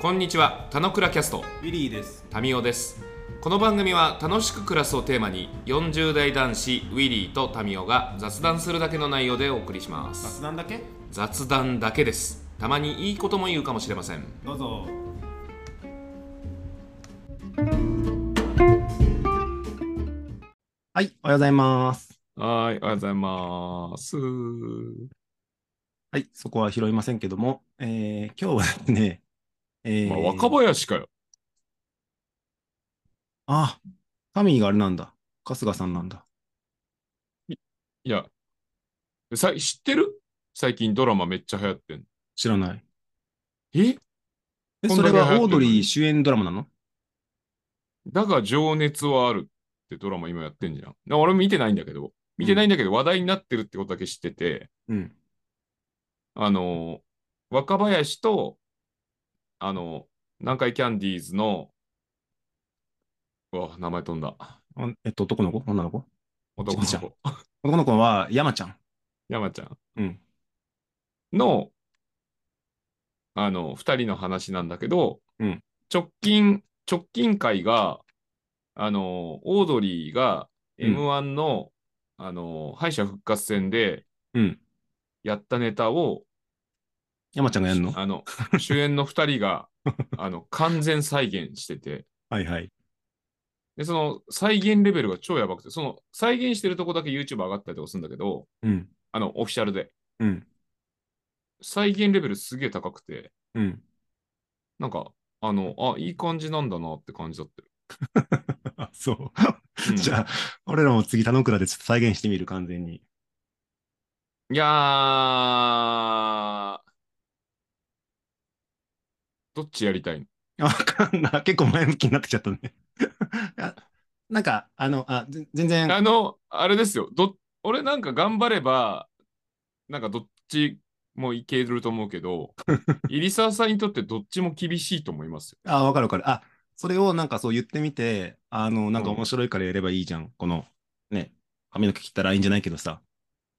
こんにちは、たのくらキャスト、ウィリーです。タミオです。この番組は楽しく暮らすをテーマに、40代男子ウィリーとタミオが雑談するだけの内容でお送りします。雑談だけ雑談だけです。たまにいいことも言うかもしれません。どうぞ。はい、おはようございます。はい、おはようございます。はい、そこは拾いませんけども、えー、今日はですね、えー、林かよ。あ、タミーがあれなんだ。春日さんなんだ。いや、さ知ってる最近ドラマめっちゃ流行ってん知らない。ええ、こんそだけれは流行ってるのオにードリー主演ドラマなのだが情熱はあるってドラマ今やってんじゃん。な俺見てないんだけど、見てないんだけど話題になってるってことだけ知ってて、うん。あの、若林と、あの、南海キャンディーズの、うわ、名前飛んだ。あえっと、男の子女の子男じのいちゃ子、男の子は山ちゃん。山ちゃんうん。の、あの、二人の話なんだけど、うん直近、直近回が、あの、オードリーがうん M1 の、あの、敗者復活戦でうん。やったネタを、山ちゃんがやるのあの、主演の二人が、あの、完全再現してて、はいはい。で、その再現レベルが超やばくて、その再現してるとこだけ YouTube 上がったりとかするんだけど、うん。あの、オフィシャルで。うん。再現レベルすげえ高くて、うん。なんか、あの、あ、いい感じなんだなって感じだったよ。あ そう。 うんじゃあ、俺らも次、田之倉でちょっと再現してみる、完全に。 いやー、どっちやりたいのあわかんない。結構前向きになってきちゃったね。 あなんか、あの、あ、ぜ全然。あの、あれですよ。ど、俺なんか頑張れば、なんかどっちもいけると思うけど、入澤さんにとってどっちも厳しいと思いますよ。あ、わかるわかる。あ、それをなんかそう言ってみて、あの、なんかうん面白いからやればいいじゃん。この、ね、髪の毛切ったらいいんじゃないけどさ、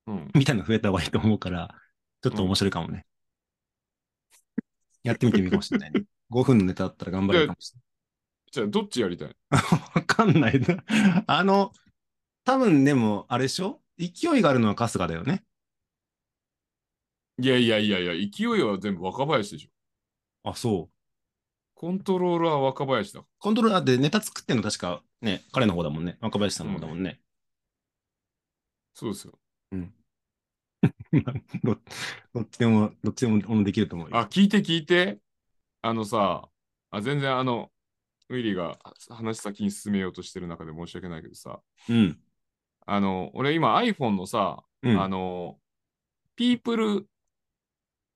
うん。みたいなの増えた方がいいと思うから、ちょっと面白いかも ね。やってみてもいいかもしれないね。5分のネタだったら頑張れるかもしじゃあ、どっちやりたいれない。 わかんないな。あの、多分でも、あれでしょ勢いがあるのは春日だよね。いやいやいやいや、勢いは全部若林でしょ。あ、そう。コントロールは若林だ。コントローラーでネタ作ってんの確かね、彼の方だもんね。若林さんの方だもんね。そうですよ。 どどっちでも、どっちでもできると思うよ。あ、聞いて聞いて。あのさ、あ全然あの、ウィリーが話先に進めようとしてる中で申し訳ないけどさ、うん。あの、俺今 iPhone のさ、うんあの、ピープル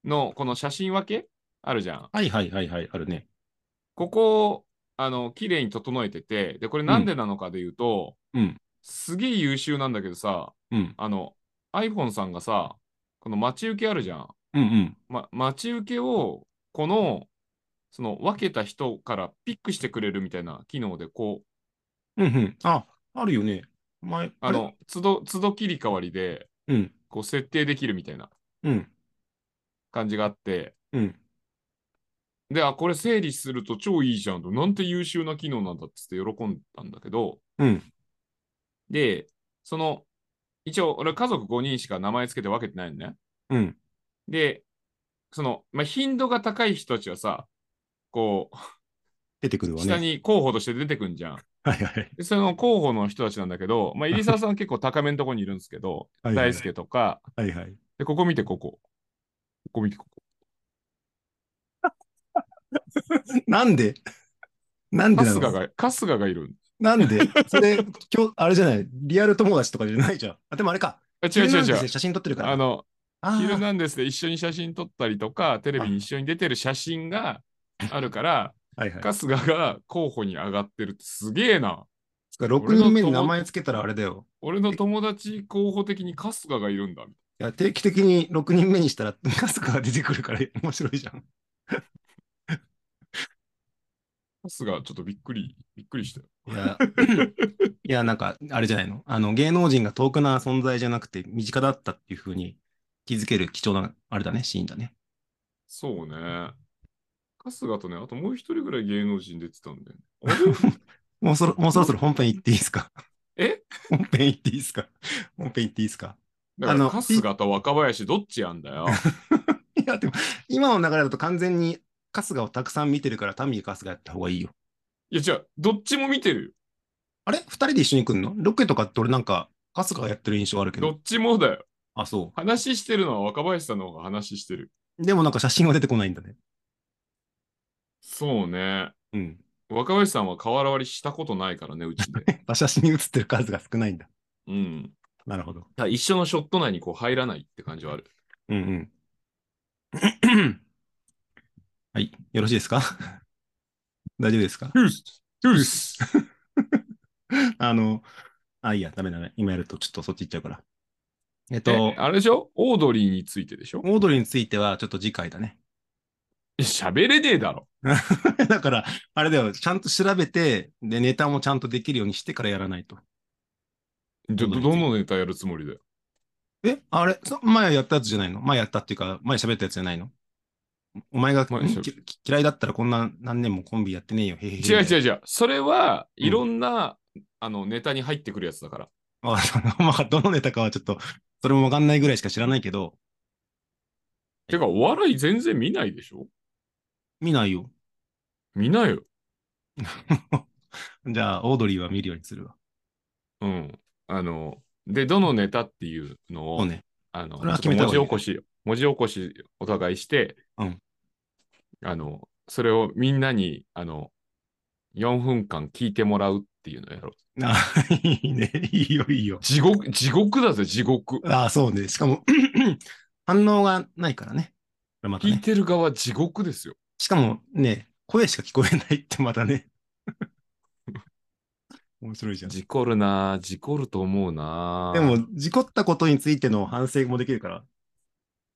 のこの写真分けあるじゃん。はいはいはいはい、あるね。ここを、あの、綺麗に整えてて、で、これなんでなのかで言うと、うんすげえ優秀なんだけどさ、うん。あの、iPhone さんがさ、この待ち受けあるじゃん。うんうん。ま、待ち受けを、この、その分けた人からピックしてくれるみたいな機能で、こう、うんうん。あ、あるよね。前、あの、都度、都度切り替わりで、れ、うん。こう、設定できるみたいなうん。感じがあって、うん。で、あ、これ整理すると超いいじゃんと、なんて優秀な機能なんだっつって喜んだんだけど、うん。で、その、一応、俺家族5人しか名前つけて分けてないのね。うん。で、その、まあ、頻度が高い人たちはさ、こ出てくるう、わ下ね。に候補として出てくんじゃん。はいはい。で、その候補の人たちなんだけど、まあ、入澤さん結構高めのとこにいるんですけど、 はいはい大輔とか、はいはい。で、ここ見て、ここ。ここ見て、ここ。 なんでなんでな春の日が、春日がいる。なんでそれ、今日、あれじゃない、リアル友達とかじゃないじゃん。あ、でもあれか。あ違う違うヒルナンデス違でう。写真撮ってるから。あ、の、あヒルーナンデスで一緒に写真撮ったりとか、テレビに一緒に出てる写真があるから、はいはい。春日が候補に上がってるってすげえな。 6人目に名前つけたらあれだよ。俺の友達候補的に春日がいるんだ。いや、定期的に6人目にしたら、カスカが出てくるから面白いじゃん。春日、ちょっとびっくり、びっくりしたよ。い や、いや、なんか、あれじゃないの。あの、芸能人が遠くな存在じゃなくて、身近だったっていうふうに気づける貴重な、あれだね、シーンだね。そうね。春日とね、あともう一人ぐらい芸能人出てたんだよね。もうそろ、もうそろそろ本編行っていいですかえ本編行っていいですか 本編行っていいですかだかあらの春日と若林どっちやんだよ。いや、でも、今の流れだと完全に春日をたくさん見てるから、タミー春日やった方がいいよ。いや、じゃあ、どっちも見てるあれ二人で一緒に来んのロケとかって俺なんか、春日がやってる印象あるけよ。どど。っちもだよ。あ、そ話してるのは若林さんの方が話してる。う。でもなんか写真は出てこないんだね。そうね。うん。若林さんは瓦割りしたことないからね、うちで。 やっぱ写真に写ってる数が少ないんだ。うん。だなるほど。から一緒のショット内にこう入らないって感じはある。うんうん。 はい。よろしいですか 大丈夫ですかトゥーストゥースあの、あ、いいや、ダメダメ。今やるとちょっとそっち行っちゃうから。えっえと、あれでしょオードリーについてでしょオードリーについてはちょっと次回だね。 いや喋れねえだろ。だから、あれだよ、ちゃんと調べて、で、ネタもちゃんとできるようにしてからやらないと。ど、どどのネタやるつもりだよ。え、あれ、そ前やったやつじゃないの前やったっていうか、前喋ったやつじゃないのお前が前喋っきき嫌いだったらこんな何年もコンビやってねえよ。へへへ違う違う。う違う。それは、うんいろんな、あの、ネタに入ってくるやつだから。あその まあ、どのネタかはちょっと、それもわかんないぐらいしか知らないけど、てか、お笑い全然見ないでしょ見ないよ。 見ないよ。じゃあ、オードリーは見るようにするわ。うん。あの、で、どのネタっていうのそを、うね。あの、それはち決ょっめとた文方字がいい起こし、文字起こしお互いして、うんあの、それをみんなに、あの、4分間聞いてもらうっていうのやろう。あ、いいね。 いいよ、いいよ。地獄、地獄だぜ、地獄。あ、そうね。しかも、 反応がないからね。これまた聞いね。てる側、地獄ですよ。しかもね、声しか聞こえないってまたね。 面白いじゃん。で事故るなぁ、事故ると思うなぁ。も、事故ったことについての反省もできるから、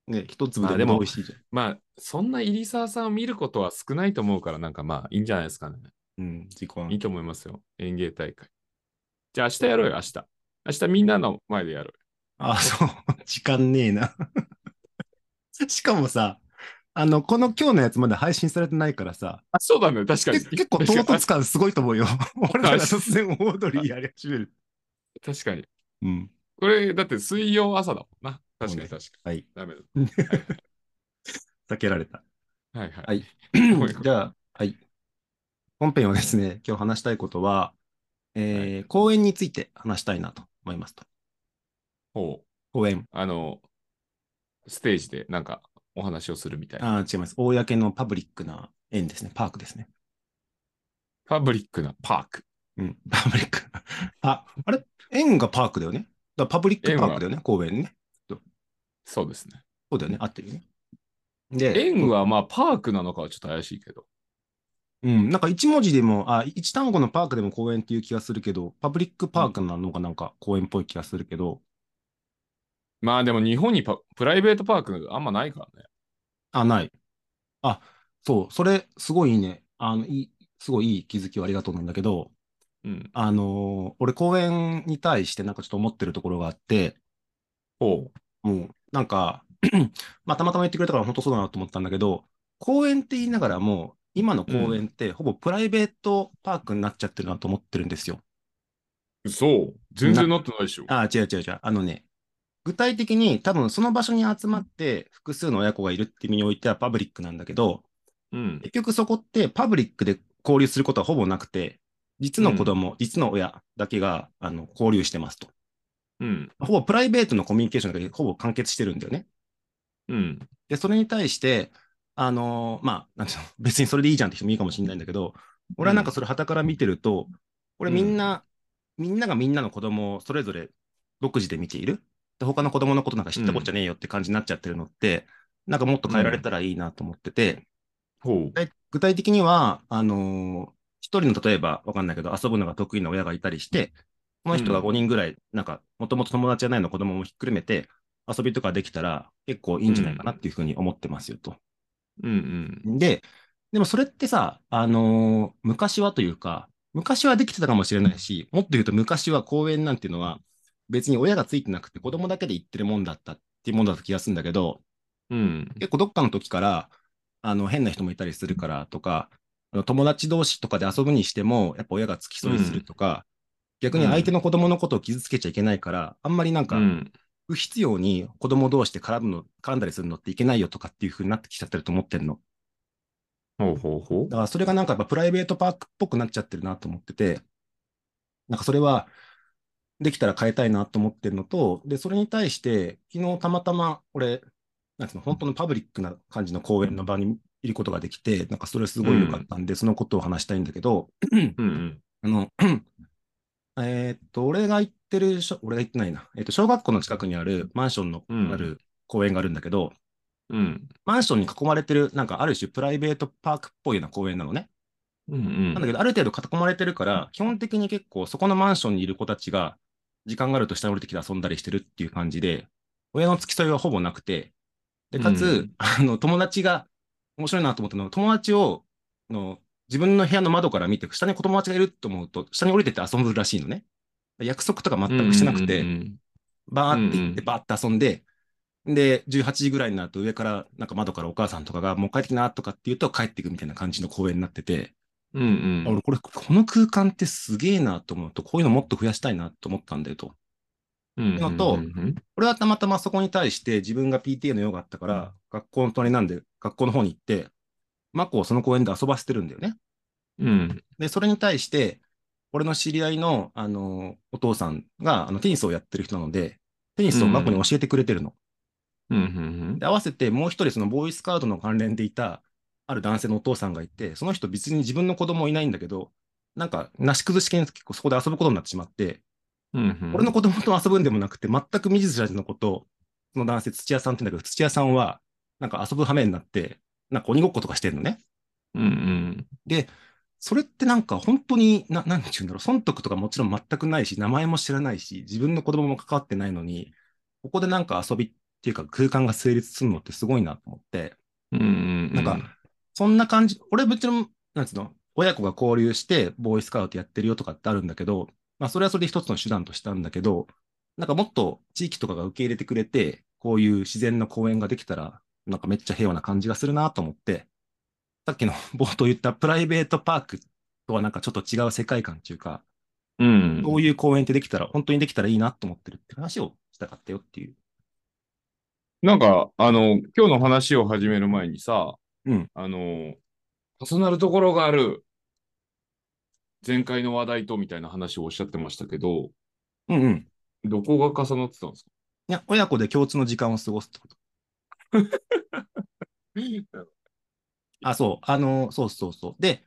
ね、一粒あででもも美味しいじゃん。まあ、そんな入澤さんを見ることは少ないと思うから、なんかまあ、いいんじゃないですかね。うん、事故いいと思いますよ。園芸大会。じゃあ、明日やろうよ、明日。明日みんなの前でやろうよ。あ、そう。 時間ねえな。 しかもさ、あの、この今日のやつまだ配信されてないからさ、あ、そうだね、確かに。け結構唐突感すごいと 思うよ。 俺らが突然オードリーやり始める。確かに。うん。これ、だって水曜朝だもんな。確かにそ確かはに。い。ダメだ。避けられた。はいはい。はいごい じゃあ、はい。本編はですね、今日話したいことは、えー公演について話したいなと思いますと。ほう。公演。あの、ステージでなんかお話をするみたいな。ああ、違います。公のパブリックな園ですね。パークですね。パブリックなパーク。うん。パブリック。あ、あれ園がパークだよね。だからパブリックパークだよね。公園ね。そうですね。そうだよね。合ってるよね。で、円はまあパークなのかはちょっと怪しいけど。うん。なんか一文字でも、あ、一単語のパークでも公園っていう気がするけど、パブリックパークなのがなんか公園っぽい気がするけど、まあでも日本にパプライベートパークあんまないからね。あ、ない。あ、そう、それ、すごいいいね。あの、いい、すごいいい気づきをありがとうなんだけど、うん。あのー俺、公演に対してなんかちょっと思ってるところがあって、ほもう、なんか、 まあ、たまたま言ってくれたから本当そうだなと思ったんだけど、公演って言いながらも、今の公演ってほぼプライベートパークになっちゃってるなと思ってるんですよ。う。そう。全然なってないでしょ。あ、違う違う違う。あのね、具体的に多分その場所に集まって複数の親子がいるって意味においてはパブリックなんだけど、うん。結局そこってパブリックで交流することはほぼなくて、実の子供、実の親だけがあの交流してますと。うん。ほぼプライベートのコミュニケーションだけでほぼ完結してるんだよね。うん。で、それに対して、あのーまあ、なんていうの、 別にそれでいいじゃんって人もいいかもしれないんだけど、俺はなんかそれ傍から見てると、俺みんな、みんながみんなの子供をそれぞれ独自で見ている。で、他の子供のことなんか知ったことじゃねえよって感じになっちゃってるのって、なんかもっと変えられたらいいなと思ってて、ほう。具体具体的には、あのー一人の例えばわかんないけど、遊ぶのが得意な親がいたりして、その人がうん5人ぐらい、なんか、もともと友達じゃないの子供もひっくるめて、遊びとかできたら結構いいんじゃないかなっていうふうに思ってますよと。うんうん。で、でもそれってさ、あのー昔はというか、昔はできてたかもしれないし、もっと言うと昔は公園なんていうのは、別に親がついてなくて子供だけで行ってるもんだったっていうもんだった気がするんだけど、うん。結構どっかの時から、あの、変な人もいたりするからとか、あの友達同士とかで遊ぶにしても、やっぱ親が付き添いするとか、逆に相手の子供のことを傷つけちゃいけないから、あんまりなんうか、ん。不必要に子供同士で絡むの、絡んだりするのっていけないよとかっていう風になってきちゃってると思ってるの。ほうほうほだからそれがなんかやっぱプライベートパークっぽくなっちゃってるなと思ってて、なんかそれはできたら変えたいなと思ってるのと、で、それに対して、昨日たまたま俺、なんつうの、本当のパブリックな感じの講演の場にいることができて、なんかそれすごい良かったんで、そのことを話したいんだけど、う。うんあの、 えーっと、俺が行ってるしょ、俺が行ってないな、えーっと、小学校の近くにあるマンションのうんある公園があるんだけど、うん。うん。マンションに囲まれてる、なんかある種プライベートパークっぽいような公園なのね。うんうなんんだけど、ある程度囲まれてるから、基本的に結構そこのマンションにいる子たちが、時間があると下に降りてきて遊んだりしてるっていう感じで、親の付き添いはほぼなくて、で、かつ、うんあの、友達が、面白いなと思ったのは、友達を、あの自分の部屋の窓から見て、下に子友達がいると思うと、下に降りてって遊ぶらしいのね。約束とか全くしてなくて、うんうんバーって行うんっうて、んバーって遊んで、で、18時ぐらいになると上から、なんか窓からお母さんとかが、もう帰ってきなとかって言うと帰ってくみたいな感じの公園になってて、うんうんうん俺、これ、この空間ってすげえなと思うと、こういうのもっと増やしたいなと思ったんだよと。うんのとうんうん俺はたまたまそこに対して自分が PTA の用があったから、学校の隣なんで、学校の方に行って、マコをその公園で遊ばせてるんだよね。うんで、それに対して、俺の知り合いの、あの、お父さんが、あの、テニスをやってる人なので、テニスをマコに教えてくれてるの。うんうんで、合わせてもう一人、そのボーイスカウトの関連でいた、ある男性のお父さんがいて、その人別に自分の子供いないんだけど、なんか、なし崩し犬結構そこで遊ぶことになってしまって、うんうん俺の子供と遊ぶんでもなくて、全く未知知らずのことを、その男性、土屋さんって言うんだけど、土屋さんは、なんか遊ぶ羽目になって、なんか鬼ごっことかしてるのね。うんうんそれってなんか本当に、な、なんて言うんだろう、損得とかもちろん全くないし、名前も知らないし、自分の子供も関わってないのに、ここでなんか遊びっていうか空間が成立するのってすごいなと思って、うんうんなんかそんな感じ、俺別に、なんつうの、親子が交流して、ボーイスカウトやってるよとかってあるんだけど、まあ、それはそれで一つの手段としたんだけど、なんかもっと地域とかが受け入れてくれて、こういう自然の公園ができたら、なんかめっちゃ平和な感じがするなと思って、さっきの 冒頭言ったプライベートパークとはなんかちょっと違う世界観っていうか、うんこういう公園ってできたら、本当にできたらいいなと思ってるって話をしたかったよっていう。なんか、あの、今日の話を始める前にさ、うんあの、重なるところがある、前回の話題とみたいな話をおっしゃってましたけど、うんうん。どこが重なってたんですかいや、親子で共通の時間を過ごすってこと。あ、そう、あの、そうそうそう。で、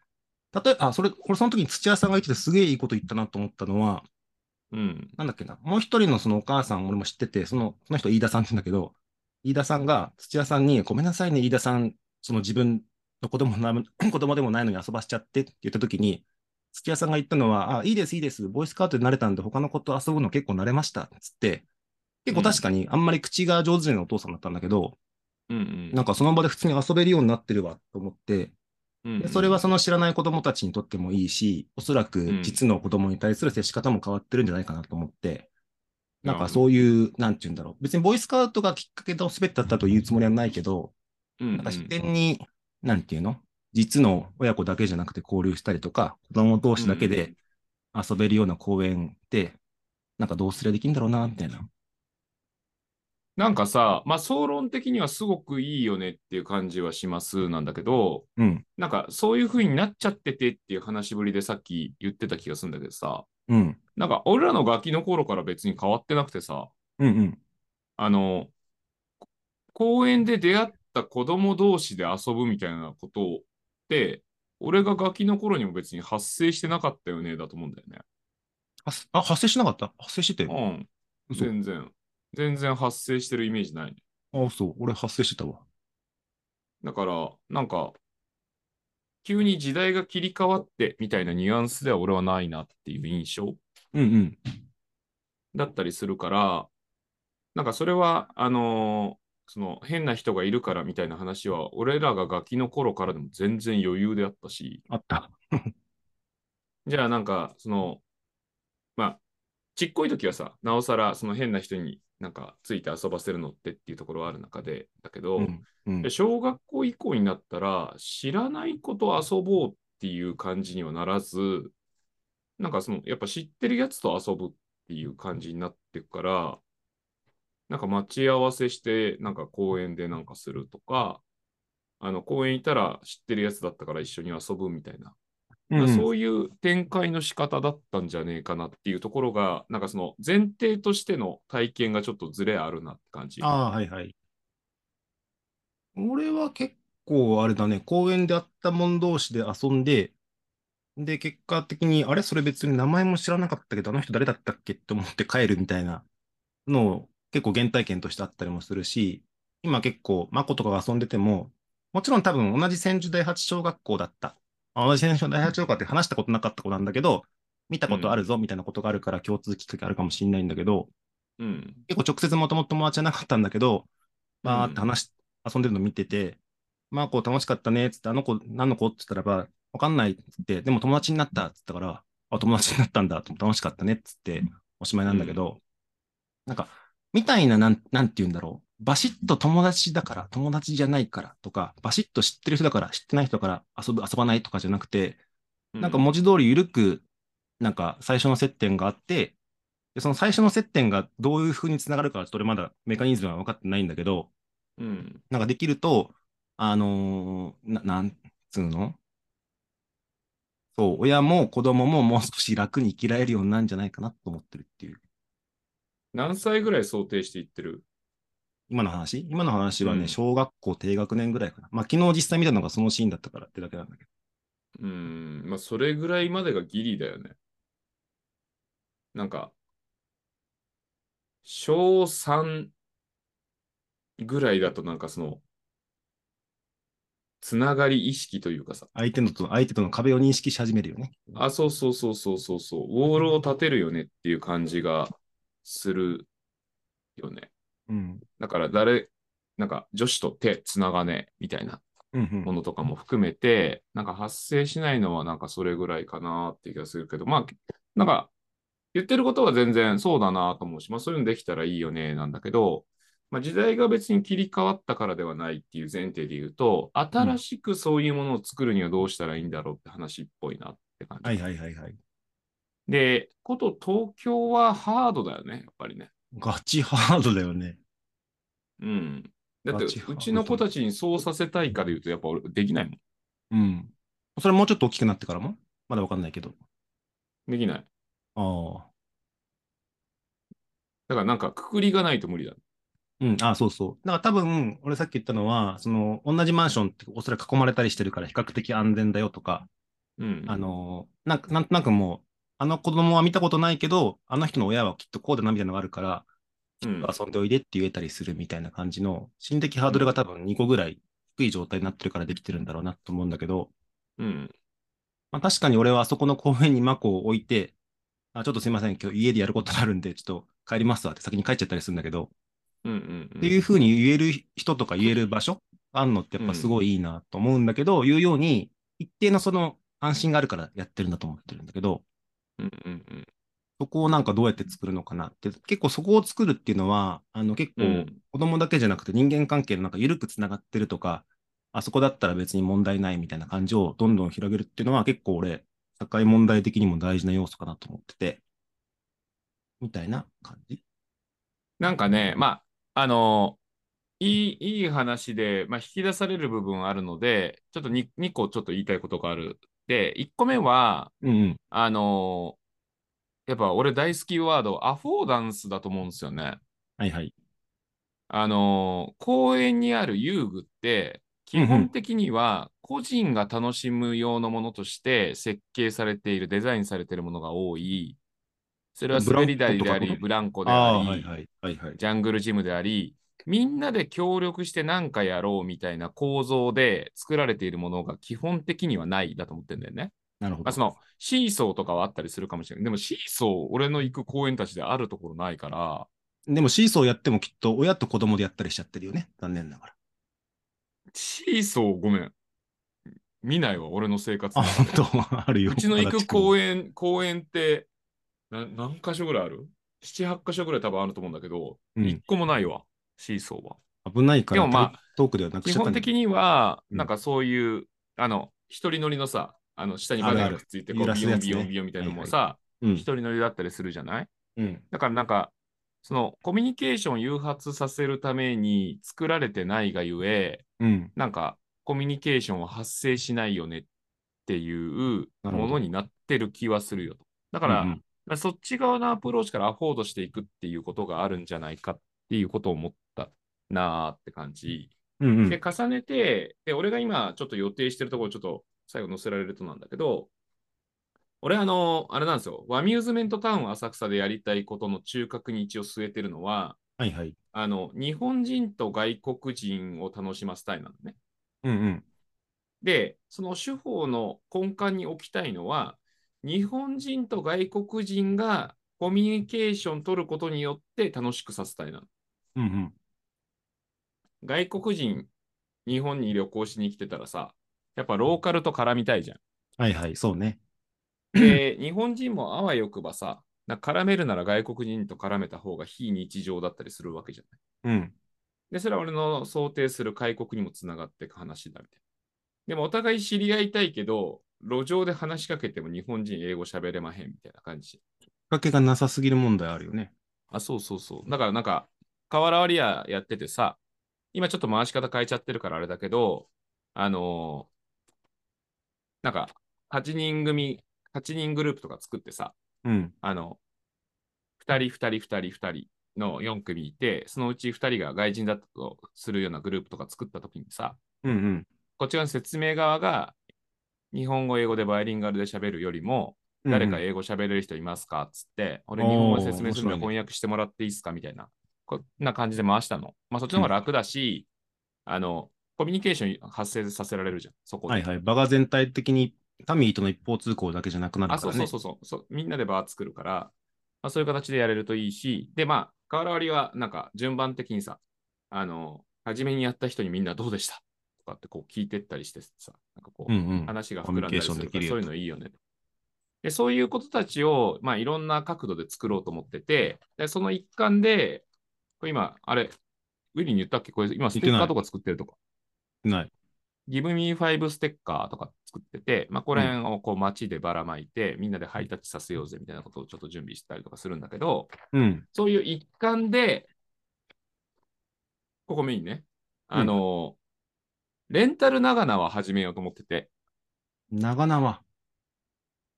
例えば、あ、それ、俺その時に土屋さんが言っててすげえいいこと言ったなと思ったのは、うん。なんだっけな、もう一人のそのお母さん、俺も知ってて、その、その人、飯田さんって言うんだけど、飯田さんが土屋さんに、ごめんなさいね、飯田さん、その自分の子供な 子供でもないのに遊ばしちゃってって言った時に、土屋さんが言ったのは、あ、いいです、いいです、ボーイスカウトで慣れたんで、他の子と遊ぶの結構慣れました、つって、結構確かにあんまり口が上手じゃないお父さんだったんだけど、うんうん。なんかその場で普通に遊べるようになってるわと思って、うんうでんそれは、その知らない子供たちにとってもいいし、おそらくん実の子供に対する接し方も変わってるんじゃないかなと思って、なんかうそういう、なんて言うんだろう。別にボーイスカウトがきっかけの全てだったというつもりはないけど、んうん、なんか視点に、なんて言うの実の親子だけじゃなくて交流したりとか、子供同士だけで遊べるような公園って、なんかどうすりゃできるんだろうな、みたいな。なんかさ、まあ、総論的にはすごくいいよねっていう感じはしますなんだけど、うん、なんかそういう風になっちゃっててっていう話ぶりでさっき言ってた気がするんだけどさ、うん、なんか俺らのガキの頃から別に変わってなくてさ、うん、うん、あの、こ公園で出会った子供同士で遊ぶみたいなことって、俺がガキの頃にも別に発生してなかったよね、だと思うんだよね。発あ、発生しなかった発生してて。うん。嘘全然。全然発生してるイメージないね。あ、そう。俺発生してたわ。だから、なんか、急に時代が切り替わってみたいなニュアンスでは俺はないなっていう印象うん、うん、だったりするから、なんかそれは、あのーその変な人がいるからみたいな話は、俺らがガキの頃からでも全然余裕であったし、あった。じゃあなんか、その、まあ、ちっこい時はさ、なおさらその変な人になんかついて遊ばせるのってっていうところはある中で、だけど、うんうんで小学校以降になったら、知らない子と遊ぼうっていう感じにはならず、なんかその、やっぱ知ってるやつと遊ぶっていう感じになってくから、なんか待ち合わせして、なんか公園でなんかするとか、あの公園いたら知ってるやつだったから一緒に遊ぶみたいな、うんそういう展開の仕方だったんじゃねえかなっていうところが、なんかその前提としての体験がちょっとずれあるなって感じ。ああ、はいはい。俺は結構あれだね、公園で会った者同士で遊んで、で、結果的に、あれそれ別に名前も知らなかったけど、あの人誰だったっけって思って帰るみたいなのを結構原体験としてあったりもするし、今結構、マコとかが遊んでても、もちろん多分同じ千住第八小学校だった。あ同じ千住第八小学校って話したことなかった子なんだけど、見たことあるぞみたいなことがあるから共通きっかけあるかもしれないんだけど、うん。結構直接もともと友達じゃなかったんだけど、バーって話し、遊んでるの見てて、まあこう楽しかったねっつって、あの子何の子って言ったらば、わかんないっつって、でも友達になったっつったから、あ、友達になったんだ、楽しかったねっつって、おしまいなんだけど、なんか、みたいななん、なんて言うんだろう。バシッと友達だから、友達じゃないからとか、バシッと知ってる人だから、知ってない人だから遊ぶ、遊ばないとかじゃなくて、なんか文字通り緩く、なんか最初の接点があって、でその最初の接点がどういう風につながるかはちょっと俺まだメカニズムは分かってないんだけど、うん、うん。なんかできると、あのーな、なんつうのそう、親も子供ももう少し楽に生きられるようになるんじゃないかなと思ってるっていう。何歳ぐらい想定していってる今の話今の話はね、うん小学校低学年ぐらいかな。まあ昨日実際見たのがそのシーンだったからってだけなんだけど。うん、まあ、それぐらいまでがギリだよね。なんか、小3ぐらいだとなんかその、つながり意識というかさ、相手のと、相手との壁を認識し始めるよね。あ、そうそうそうそうそうそう、ウォールを立てるよねっていう感じがするよね。うん。だから誰、なんか女子と手つながねえみたいな。うんうもん。のとかも含めて、なんか発生しないのはなんかそれぐらいかなっていう気がするけど、まあ、なんか言ってることは全然そうだなと思うし、まあそういうのできたらいいよねなんだけど、まあ時代が別に切り替わったからではないっていう前提で言うと、新しくそういうものを作るにはどうしたらいいんだろうって話っぽいなって感じ。はいはいはいはい。で、こと東京はハードだよね、やっぱりね。ガチハードだよね。うん。だって、ガチハードうちの子たちにそうさせたいかで言うと、やっぱ俺できないもん。うん。それもうちょっと大きくなってからもまだわかんないけど。できない。ああ。だからなんかくくりがないと無理だ。うん、ああ、そうそう。だから多分、俺さっき言ったのは、その、同じマンションっておそらく囲まれたりしてるから比較的安全だよとか、うん。あのー、なんか、なんとなくもう、あの子供は見たことないけど、あの人の親はきっとこうだなみたいなのがあるから、うん、遊んでおいでって言えたりするみたいな感じの、心的ハードルが多分2個ぐらい低い状態になってるからできてるんだろうなと思うんだけど、うん。まあ、確かに俺はあそこの公園にマコを置いて、あ、ちょっとすいません、今日家でやることがあるんで、ちょっと帰りますわって先に帰っちゃったりするんだけど、うん。うん。っていうふうに言える人とか言える場所あんのってやっぱすごいいいなと思うんだけど、言うように、一定のその安心があるからやってるんだと思ってるんだけど、うん。うん。うん。そこをなんかどうやって作るのかなって、結構そこを作るっていうのは、あの結う構ん子供だけじゃなくて人間関係のなんか緩くつながってるとか、あそこだったら別に問題ないみたいな感じをどんどん広げるっていうのは結構俺、社会問題的にも大事な要素かなと思ってて、みたいな感じ。なんかね、まあ、あのいい、いい話で、まあ、引き出される部分あるので、ちょっと 2, 2個ちょっと言いたいことがある。で、1個目は、うんうん。あのやっぱ俺大好きワード、アフォーダンスだと思うんですよね。はいはい。あの公園にある遊具って、基本的には個人が楽しむ用のものとして設計されている、デザインされているものが多い。それは滑り台であり、ブブランコであああー、り、はいはい。はいはい。ジャングルジムであり、みんなで協力して何かやろうみたいな構造で作られているものが基本的にはないだと思ってんだよね。なるほまあ、ど。そのシーソーとかはあったりするかもしれない。でもシーソー、俺の行く公園たちであるところないから、でもシーソーやってもきっと親と子供でやったりしちゃってるよね。残念ながら。シーソーごめん。見ないわ、俺の生活あ、の中本で。当 あるよ。うちの行く園公園、公園ってな何箇所ぐらいある7、8箇所ぐらい多分あると思うんだけど、うん一個もないわ、シーソーは。危ないから、でもまあトークではなくし基ちゃった本んだ的には、うんなんかそういう、あの、一人乗りのさ、あの、下にバネあがるあくるっついて、こ揺う、らビすヨやンつねビヨンビヨンみたいなのもさ、う一ん人乗りだったりするじゃないうん。だからなんか、そのコミュニケーションを誘発させるために作られてないがゆえ、うん。なんかコミュニケーションは発生しないよねっていうなるほどものになってる気はするよと。だから、うんうんまあそっち側のアプローチからアフォードしていくっていうことがあるんじゃないかっていうことを思ったなーって感じ。うんうんで、重ねて、で、俺が今ちょっと予定してるところちょっと最後載せられるとなんだけど、俺あの、あれなんですよ、ワミューズメントタウン浅草でやりたいことの中核に一応据えてるのは、はいはい。あの、日本人と外国人を楽しませたいなのね。うんうん。で、その手法の根幹に置きたいのは、日本人と外国人がコミュニケーション取ることによって楽しくさせたいなの。うんうん。外国人、日本に旅行しに来てたらさ、やっぱローカルと絡みたいじゃん。はいはい。そうね。で、日本人もあわよくばさ、なんか絡めるなら外国人と絡めた方が非日常だったりするわけじゃない。うん。で、それは俺の想定する開国にもつながっていく話だみたいな。でもお互い知り合いたいけど、路上で話しかけても日本人英語喋れまへんみたいな感じ。きっかけがなさすぎる問題あるよね。あ、そうそうそう。だからなんか、瓦割り屋やっててさ、今ちょっと回し方変えちゃってるからあれだけど、あのーなんか、8人組、8人グループとか作ってさ、うん。あの、2人、2人、2人、2人の4組いて、そのうち2人が外人だったとするようなグループとか作ったときにさ、うんうん。こっち側の説明側が、日本語、英語でバイリンガルで喋るよりも、誰かうんうん英語喋れる人いますかっつって、俺おー日本語で説明する面白のいね翻訳してもらっていいですかみたいな、こんな感じで回したの。まあそっちの方が楽だし、あの、コミュニケーション発生させられるじゃん、そこで。はいはい。場が全体的にタミーとの一方通行だけじゃなくなるあ、かそうらそうね。そうそうそう。みんなでバー作るから、まあ、そういう形でやれるといいし、で、まあ、瓦割りは、なんか、順番的にさ、あの、初めにやった人にみんなどうでしたとかってこう聞いてったりしてさ、なんかこう、うんうん。話が膨らんだりすコミュニケーションできるから、るよそういうのいいよね。で、そういうことたちを、まあ、いろんな角度で作ろうと思ってて、で、その一環で、これ今、あれ、ウィリーに言ったっけこれ、今、ステッカーとか作ってるとか、ない。 Give me five ステッカーとか作ってて、まあ、これをこう街でばらまいて、みんなでハイタッチさせようぜみたいなことをちょっと準備したりとかするんだけど、うん。そういう一環で、ここメインね、あの、レンタル長菜は始めようと思ってて、長菜は。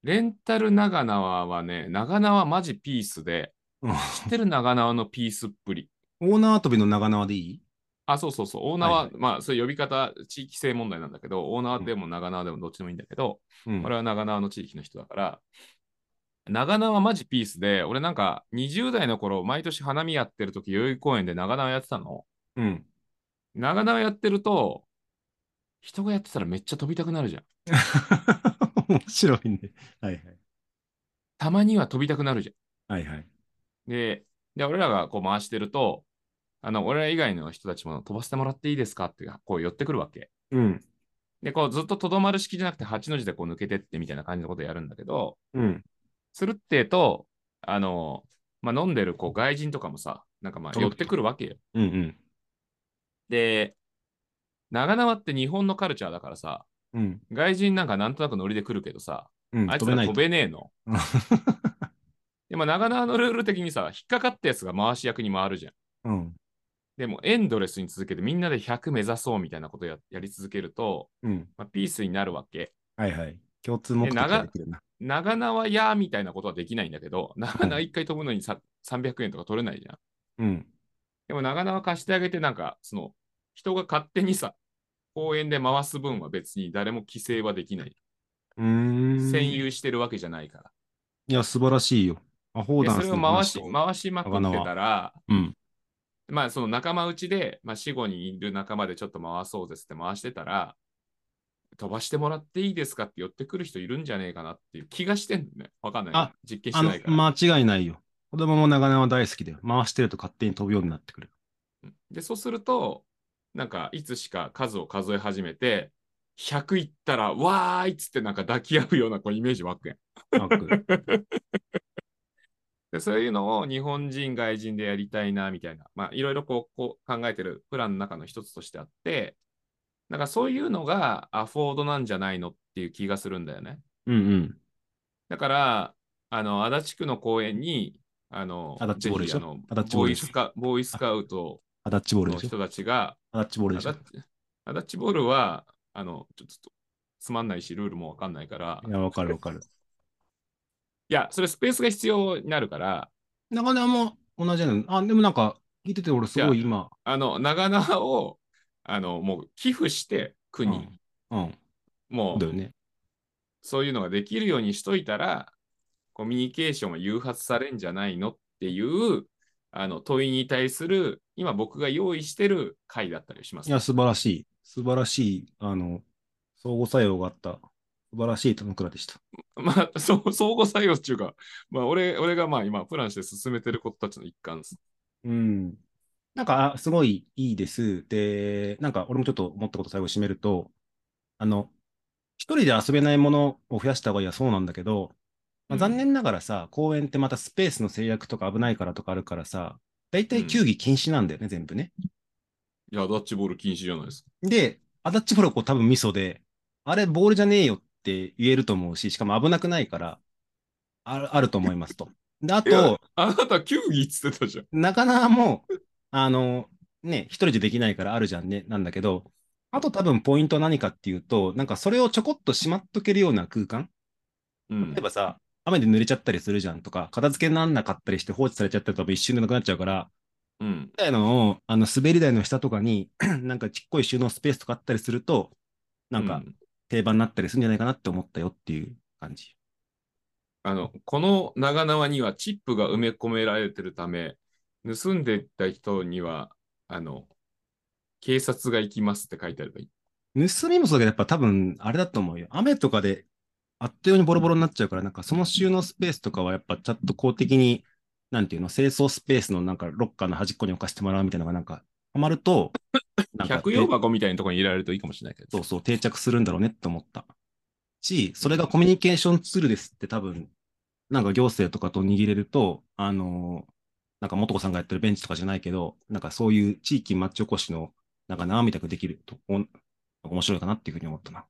レンタル長菜はね、長菜はマジピースで、うん知ってる長菜のピースっぷり。オーナー跳びの長菜でいいあ、そうそうそう、オーナーは、はいまあ、そういう呼び方、地域性問題なんだけど、オーナーでも長菜でもどっちでもいいんだけど、うん。俺は長縄の地域の人だから、長縄はマジピースで、俺なんか20代の頃、毎年花見やってる時、代々木公園で長縄やってたの。うん。長縄やってると、人がやってたらめっちゃ飛びたくなるじゃん。 面白いね。はいはい。たまには飛びたくなるじはいはい。ゃん。で、で俺らがこう回してると、あの、俺ら以外の人たちも飛ばせてもらっていいですかってこう寄ってくるわけ。うん。で、こうずっととどまる式じゃなくて、8の字でこう抜けてってみたいな感じのことやるんだけど、うん。するってえと、あの、まあ、飲んでるこう外人とかもさ、なんかまあうん寄ってくるわけよ。うんうん。で、長縄って日本のカルチャーだからさ、うん。外人なんかなんとなくノリで来るけどさ、うん。あいつ飛べらない飛と。べねえの。でも長縄のルール的にさ、引っかかったやつが回し役に回るじゃん。 うん。でもエンドレスに続けてみんなで100目指そうみたいなことややり続けると、うん。まあ、ピースになるわけ。はいはい。共通目的ができるな。長縄やみたいなことはできないんだけど、長縄一回飛ぶのにさ300円とか取れないじゃん。うん。でも長縄貸してあげて、なんか、その、人が勝手にさ、公園で回す分は別に誰も規制はできない。うーん。占有してるわけじゃないから。いや、素晴らしいよ。アホでダそンスれのを回話しと、回しまくってたら、うん。まあその仲間内で、まあ死後にいる仲間でちょっと回そうですって回してたら、飛ばしてもらっていいですかって寄ってくる人いるんじゃねえかなっていう気がしてんのね。わかんない。あ実験しあてないから。の、間違いないよ。子供も長年は大好きだよ。回してると勝手に飛ぶようになってくる。で、そうすると、なんか、いつしか数を数え始めて、100いったら、わ ーいっつってなんか抱き合うようなこうイメージ湧くやん。マックででそういうのを日本人、外人でやりたいな、みたいな、まあ、いろいろこうこう考えてるプランの中の一つとしてあって、なんかそういうのがアフォードなんじゃないのっていう気がするんだよね。うんうん。だから、あの、足立区の公園に、あの、アダッチぜボールでひ、しあょの、アダッチボーボールイでしスょカ、ボーイスカウトアダッチボールでのしょ人たちが、アダッチボールでアしょダッチ、アダッチボールは、あの、ちょっとつまんないし、ルールもわかんないから、いや、わかるわかる。いや、それスペースが必要になるから、中根も同じやなの。あ、でもなんか、聞いてて俺すじゃごいあ、今、あの、長縄を、あの、もう寄付して、区うに、ん。うん。そうだもよね。う、そういうのができるようにしといたら、コミュニケーションは誘発されんじゃないのっていう、あの、問いに対する、今僕が用意してる回だったりしまいすや、ね。素晴らしい。素晴らしい、あの、相互作用があった、素晴らしい鎌倉でした。 まあ、そう相互作用っていうか、まあ、俺、俺がまあ今、プランして進めてることたちの一環です。うん。なんか、あすごいいいです。で、なんか、俺もちょっと思ったこと最後に締めると、あの、一人で遊べないものを増やした方がいいはそうなんだけど、うまあ、残ん、念ながらさ、公園ってまたスペースの制約とか危ないからとかあるからさ、だいうたい球ん。技禁止なんだよね、全部ね。いや、ダッチボール禁止じゃないですか。で、アダッチフォローこう多分ミソで、あれボールじゃねえよって言えると思うし、しかも危なくないから、ある、あると思いますと。で、あいや、と、あなた球技っつってたじゃん。なかなかもう、あの、ね、一人じゃできないからあるじゃんね、なんだけど、あと多分ポイントは何かっていうと、なんかそれをちょこっとしまっとけるような空間。う例えん。ばさ、雨で濡れちゃったりするじゃんとか、片付けになんなかったりして放置されちゃったら多分一瞬でなくなっちゃうから、うん。みたいのを、あの、滑り台の下とかに、 なんかちっこい収納スペースとかあったりすると、なうんかん。定番になったりするんじゃないかなって思ったよっていう感じ。あの、この長縄にはチップが埋め込められてるため、盗んでいった人には、あの、警察が行きますって書いてあればいい。盗みもそうだけど、やっぱ多分、あれだと思うよ。雨とかで、あっという間にボロボロになっちゃうから、なんかその収納スペースとかは、やっぱちゃんと公的に、なんていうの、清掃スペースのなんかロッカーの端っこに置かせてもらうみたいなのが、なんか、はまると、なんか百葉て、箱みたいなところに入れられるといいかもしれないけどそうね。そう、定着するんだろうねって思った。し、うそれがん。コミュニケーションツールですって多分、なんか行政とかと握れると、あのーなんか元子さんがやってるベンチとかじゃないけど、なんかそういう地域町おこしの、なんか生みたくできると、お面白いかなっていうふうに思ったな。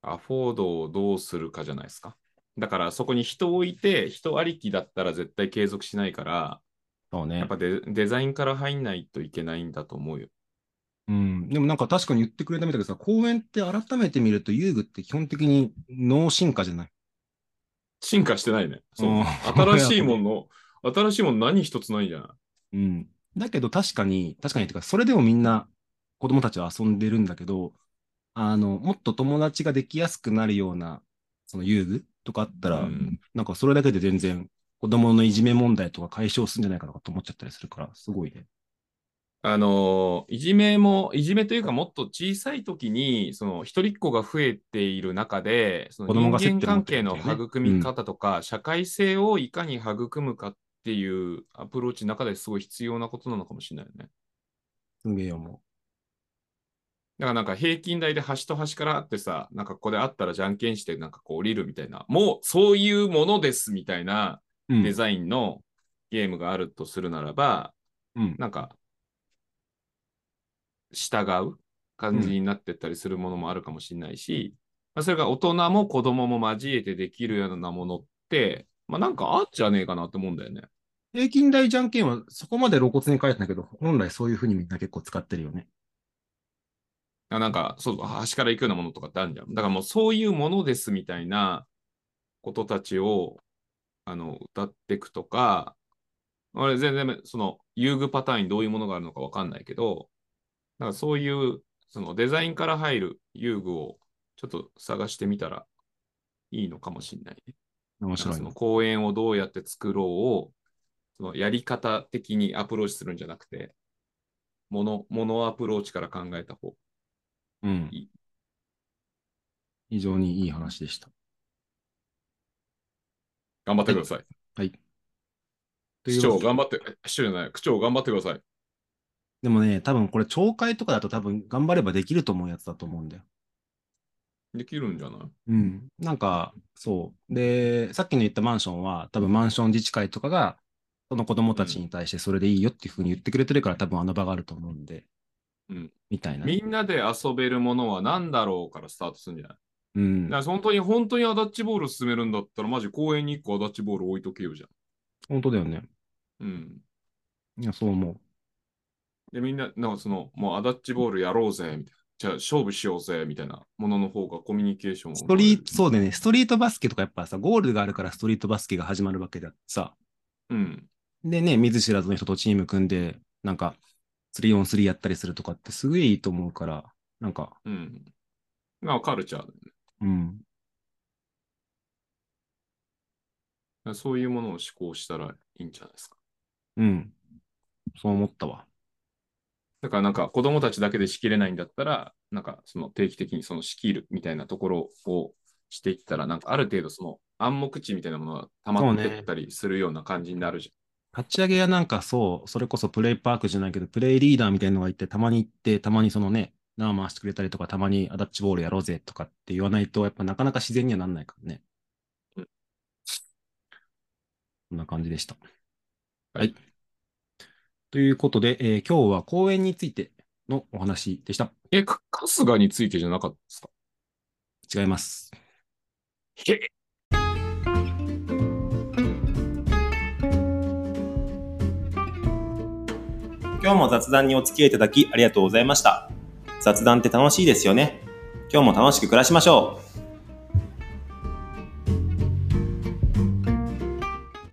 アフォードをどうするかじゃないですか。だからそこに人を置いて、人ありきだったら絶対継続しないから、そうやっね。ぱデ、デザインから入んないといけないんだと思うよ。うん。でもなんか確かに言ってくれたみたいだけどさ、公園って改めて見ると遊具って基本的に脳進化じゃない。進化してないね。うそん。う。新やっしいぱもり。の、新しいもの何一つないじゃない。うん。だけど確かに、確かにってか、それでもみんな子供たちは遊んでるんだけど、あの、もっと友達ができやすくなるような、その遊具とかあったうら、ん。なんかそれだけで全然子供のいじめ問題とか解消するんじゃないかなと思っちゃったりするから、すごいね。あのーいじめも、いじめというかもっと小さい時に、その一人っ子が増えている中で、その子供人が接間点を持っ関てる係みのたいなね。育うん。み方とか、社会性をいかに育むかっていうアプローチの中ですごい必要なことなのかもしれないよね。すげえよ、もだからなんか平均台で端と端からあってさ、なんかここであったらじゃんけんしてなんかこう降りるみたいな、もうそういうものですみたいなう。うデん。ザインのゲームがあるとするならば、うん。なんか従うう感じん。になってったりするものもあるかもしれないし、まあ、それが大人も子供も交えてできるようなものって、まあなんかあっじゃねえかなと思うんだよね。平均台じゃんけんはそこまで露骨に書いてないけど、本来そういうふうにみんな結構使ってるよね。あなんか、そう、端から行くようなものとかってあるじゃん。だからもうそういうものですみたいなことたちを、あの、歌っていくとか、俺全然その遊具パターンにどういうものがあるのかわかんないけど、なんかそういうそのデザインから入る遊具をちょっと探してみたらいいのかもしれないね。面なんか白いそのね。公園をどうやって作ろうを、そのやり方的にアプローチするんじゃなくて、もの、ものアプローチから考えた方がうん。いい。非常にいい話でした。頑張はってくい。ださい。はい。とい市うわ長け頑張で。って、え市長じゃない、区長頑張ってください。でもね、多分これ、懲戒とかだと多分頑張ればできると思うやつだと思うんだよ。できるんじゃないうん、なんか、そう。で、さっきの言ったマンションは、多分マンション自治会とかが、その子供たちに対してそれでいいよっていうふうに言ってくれてるから、多分あの場があると思うんで、うんみたいな。みんなで遊べるものは何だろうからスタートするんじゃないうんだか、ら本当に本当にアダッチボール進めるんだったら、マジ公園に1個アダッチボール置いとけよじゃ本当だよね。ん。うん。いや、そう思で、みんな、なんかその、もうアダッチボールやろうぜ、みたいな。じゃあ勝負しようぜ、みたいなものの方がコミュニケーションう。をストリート、そうだよね。ストリートバスケとかやっぱさ、ゴールがあるからストリートバスケが始まるわけであってさ。うん。でね、見ず知らずの人とチーム組んで、なんか、3on3 やったりするとかってすごいいいと思うから、なんか、うん。まあ、カルチャーだよねだかうん。らそういうものを思考したらいいんじゃないですか。うん。そう思ったわ。だからなんか子供たちだけで仕切れないんだったら、なんかその定期的にその仕切るみたいなところをしていったら、なんかある程度その暗黙知みたいなものが溜まってったりするような感じになるじ立ち上げやなんかそう、それこそプレイパークじゃないけど、プレイリーダーみたいなのがいて、たまに行って、たまにそのね、縄回してくれたりとか、たまにアダッチボールやろうぜとかって言わないと、やっぱなかなか自然にはなんないからね。うこんんな感じでした。ゃん。はい。ということで、えー今日は公演についてのお話でした。え、か春日についてじゃなかったですか違います。へえ今日も雑談にお付き合いいただきありがとうございました。雑談って楽しいですよね。今日も楽しく暮らしましょう。